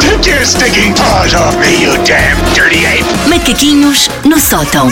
Take your stinking paws off me, you damn dirty ape! Macaquinhos no sótão.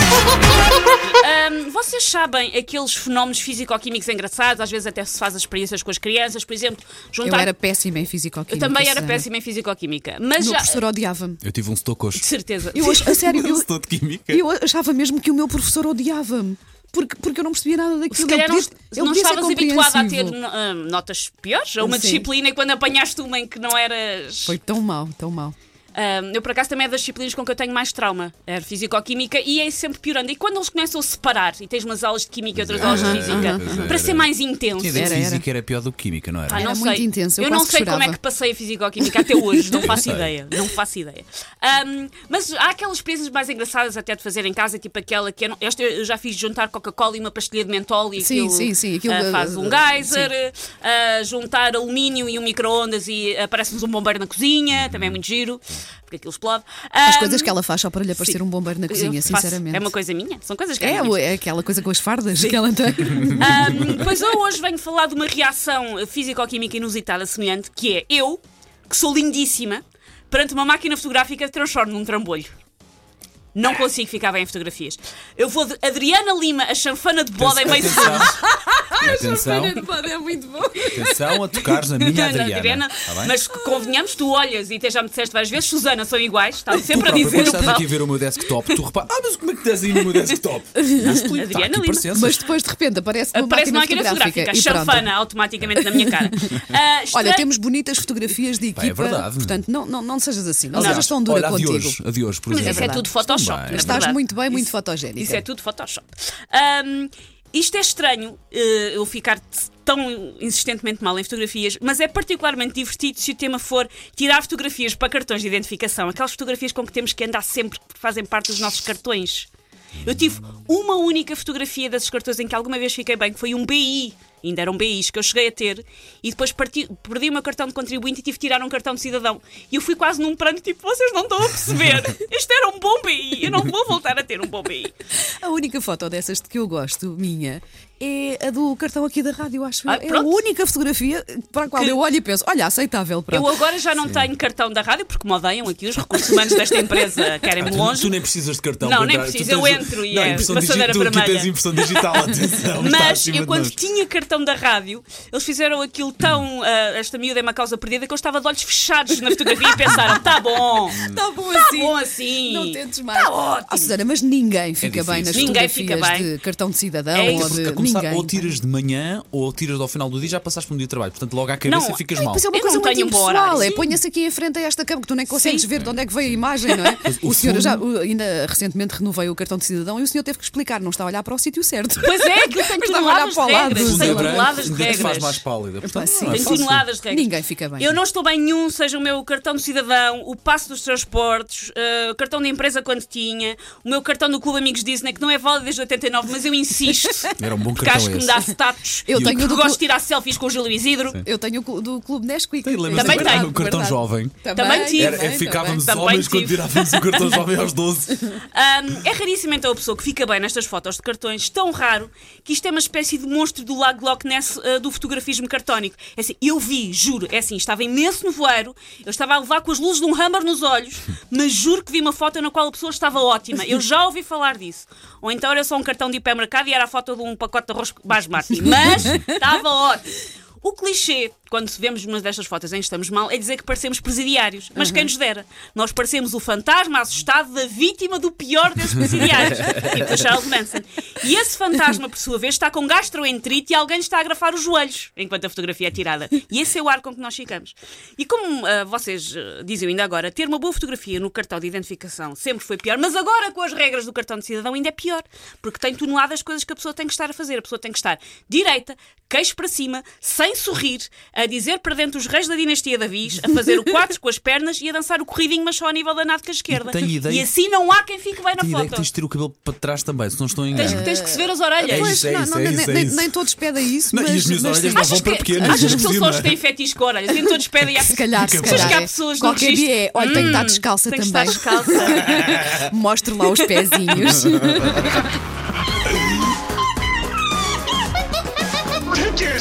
Ahm, vocês sabem aqueles fenómenos físico-químicos engraçados, às vezes até se faz as experiências com as crianças, por exemplo, Eu juntar. era péssima em fisicoquímica. Tá. Eu também era Susana. péssima em físico-química, O mas meu já. professor odiava-me. Eu tive um De stococho. certeza. Eu, ach- a sério, eu, Estou de química. eu achava mesmo que o meu professor odiava-me. Porque, porque eu não percebia nada daquilo. Se calhar eu não, podia, eu não podia ser estavas habituada a ter compreensivo. ah, notas piores a uma Sim. disciplina e quando apanhaste uma em que não eras. Foi tão mau, tão mau. Ahm, eu, por acaso, também é das disciplinas com que eu tenho mais trauma. Era físico-química e é sempre piorando. E quando eles começam a separar e tens umas aulas de química e outras aulas de Aham, física, aham, aham. é para ser mais intenso. Tinha dito Era, era. física era pior do que química, não era? Ah, não Era sei. muito intenso, eu não quase sei chorava. como é que passei a fisicoquímica até hoje, não faço sei. ideia. Não faço ideia. Ahm, mas há aquelas experiências mais engraçadas até de fazer em casa, tipo aquela que eu, não- esta eu já fiz juntar Coca-Cola e uma pastilha de mentol e Sim, aquilo, sim, sim, aquilo, ah, faz ah, um geyser, ah, juntar alumínio e um micro-ondas e aparece-nos um bombeiro na cozinha, também é muito giro, porque aquilo explode. As Ahm, coisas que ela faz só para lhe aparecer sim. um bombeiro na eu cozinha, faço. sinceramente. É uma coisa minha, são coisas que É, eu o- é aquela coisa com as fardas que ela tem. Ahm, pois eu hoje venho falar de uma reação físico-química inusitada semelhante, que é eu, que sou lindíssima, perante uma máquina fotográfica transformo num trambolho. Não consigo ficar bem em fotografias. Eu vou de Adriana Lima, a chanfana de boda em meio de Atenção, atenção, é muito bom. atenção a tocares na minha Susana, Adriana. tá bem? mas que convenhamos, tu olhas e até já me disseste várias vezes, Susana, são iguais, está Tu sempre a próprio, dizer quando o estás tal. aqui a ver o meu desktop, tu reparas, ah, mas como é que estás aí no meu desktop? Eu explico, Adriana está aqui, Lima. parecenças. Mas depois de repente aparece uma Parece uma máquina, máquina fotográfica, e pronto. chanfana automaticamente na minha cara. Ah, Olha, estranho- temos bonitas fotografias de equipa. Pá, é verdade. Portanto, não, não, não sejas assim. Não, Aliás, sejas tão dura olha, a de contigo. hoje, a de hoje, por Mas exemplo. isso é tudo Photoshop, Também. na Estás verdade. muito bem, muito Isso- fotogénica. Isso é tudo Photoshop. Ahm, isto é estranho, eh, eu ficar t- tão insistentemente mal em fotografias, mas é particularmente divertido se o tema for tirar fotografias para cartões de identificação. Aquelas fotografias com que temos que andar sempre, que fazem parte dos nossos cartões. Eu tive uma única fotografia desses cartões em que alguma vez fiquei bem, que foi um BI. Ainda eram BIs que eu cheguei a ter e depois parti- perdi o meu cartão de contribuinte e tive que tirar um cartão de cidadão. E eu fui quase num pranto, tipo, vocês não estão a perceber. Isto era um bom BI, eu não vou voltar a ter um bom BI. A única foto dessas de que eu gosto, minha, é a do cartão aqui da rádio, acho eu. Ah, é a pronto. única fotografia para a qual Que- eu olho e penso, olha, aceitável. Pronto. Eu agora já não tenho cartão da rádio porque me odeiam aqui os recursos humanos desta empresa, querem-me Ah, Tu, longe. tu nem precisas de cartão. Não, para nem entrar. Tu preciso, tens eu o- entro e não, é impressão passadeira digital, tu aqui vermelha. tens impressão digital, atenção. está Mas acima eu, de quando nós. tinha cartão da rádio, eles fizeram aquilo tão. ah, esta miúda é uma causa perdida que eu estava de olhos fechados na fotografia e pensaram: tá bom, Está bom tá assim. bom assim. Não tentes mais. Tá ótimo. Ah, Susana, mas ninguém fica É difícil. bem nas Ninguém fica fotografias bem. de cartão de cidadão É ou isso. de A começar, ninguém. ou tiras de manhã ou tiras ao final do dia já passaste por um dia de trabalho. Portanto, logo à cabeça Não, ficas Ai, mal. pois é uma Eu coisa não muito tenho um bom impessoal. horário. É Sim. ponha-se aqui em frente a esta cama que tu nem consegues Sim. ver de onde é que veio a imagem, não é? o O senhor fundo- já o- ainda recentemente renovei o cartão de cidadão e o senhor teve que explicar, não está a olhar para o sítio certo. Pois é, aquilo tem Mas estava a olhar toneladas de regras. Tem para o lado. Tudo é branco, toneladas de ainda te faz mais regras. pálida. Portanto, sim. não é Tem fácil. toneladas de regras. Ninguém fica bem. Eu não estou bem nenhum, seja o meu cartão de cidadão, o passo dos transportes, ah, o cartão da empresa quando tinha, o meu cartão do Clube Amigos Disney, que não é válido desde 89, mas eu insisto. Era um bom porque cartão acho que esse. me dá status. Eu e tenho porque do gosto Clu- de tirar selfies com o Gil Isidro. Eu tenho o clu- do Clube Nesquik. Tem, lembras-te Também do tenho. cartão- cartão Verdade. jovem. Também tive. Era- também, é ficávamos é também. homens Também quando tive. tirávamos o cartão jovem aos 12. Ahm, é raríssimo então a pessoa que fica bem nestas fotos de cartões, tão raro que isto é uma espécie de monstro do lago Loch Ness ah, do fotografismo cartónico. É assim, eu vi, juro, é assim, estava imenso no voeiro, eu estava a levar com as luzes de um hammer nos olhos, mas juro que vi uma foto na qual a pessoa estava ótima. Eu já ouvi falar disso. Ou então era só um cartão de hipermercado e era a foto de um pacote de arroz basmati, mas estava ótimo. O clichê, quando vemos uma destas fotos em que estamos mal, é dizer que parecemos presidiários. Mas quem nos dera? Nós parecemos o fantasma assustado da vítima do pior desses presidiários. tipo o Charles Manson. E esse fantasma, por sua vez, está com gastroenterite e alguém lhe está a agrafar os joelhos enquanto a fotografia é tirada. E esse é o ar com que nós ficamos. E como ah, vocês ah, dizem ainda agora, ter uma boa fotografia no cartão de identificação sempre foi pior, mas agora com as regras do cartão de cidadão ainda é pior. Porque tem toneladas de coisas que a pessoa tem que estar a fazer. A pessoa tem que estar direita, queixo para cima, sem sorrir, a dizer para dentro os reis da dinastia Davis, a fazer o quadro com as pernas e a dançar o corridinho, mas só ao nível da nádega esquerda. E tenho ideia- E assim não há quem fique bem na Tenho ideia que foto. tens Ah. de ter o cabelo para trás também, se não estou em Tens, engano. tens que se ver as orelhas. É Pois, isso, é não, isso, não, é nem- isso, é nem, isso. nem todos pedem isso, Não, e mas, as minhas mas orelhas sim. não Achas vão que- para pequenas. Achas que são por só os cima. que têm fetiches com orelhas? Nem todos pedem a Se calhar, se Fica bem. calhar. Acho que há é. pessoas no Qualquer registro. Hum. dia é. Olha, tem que estar descalça Tem que estar também. descalça. Mostre lá os pezinhos. Take your your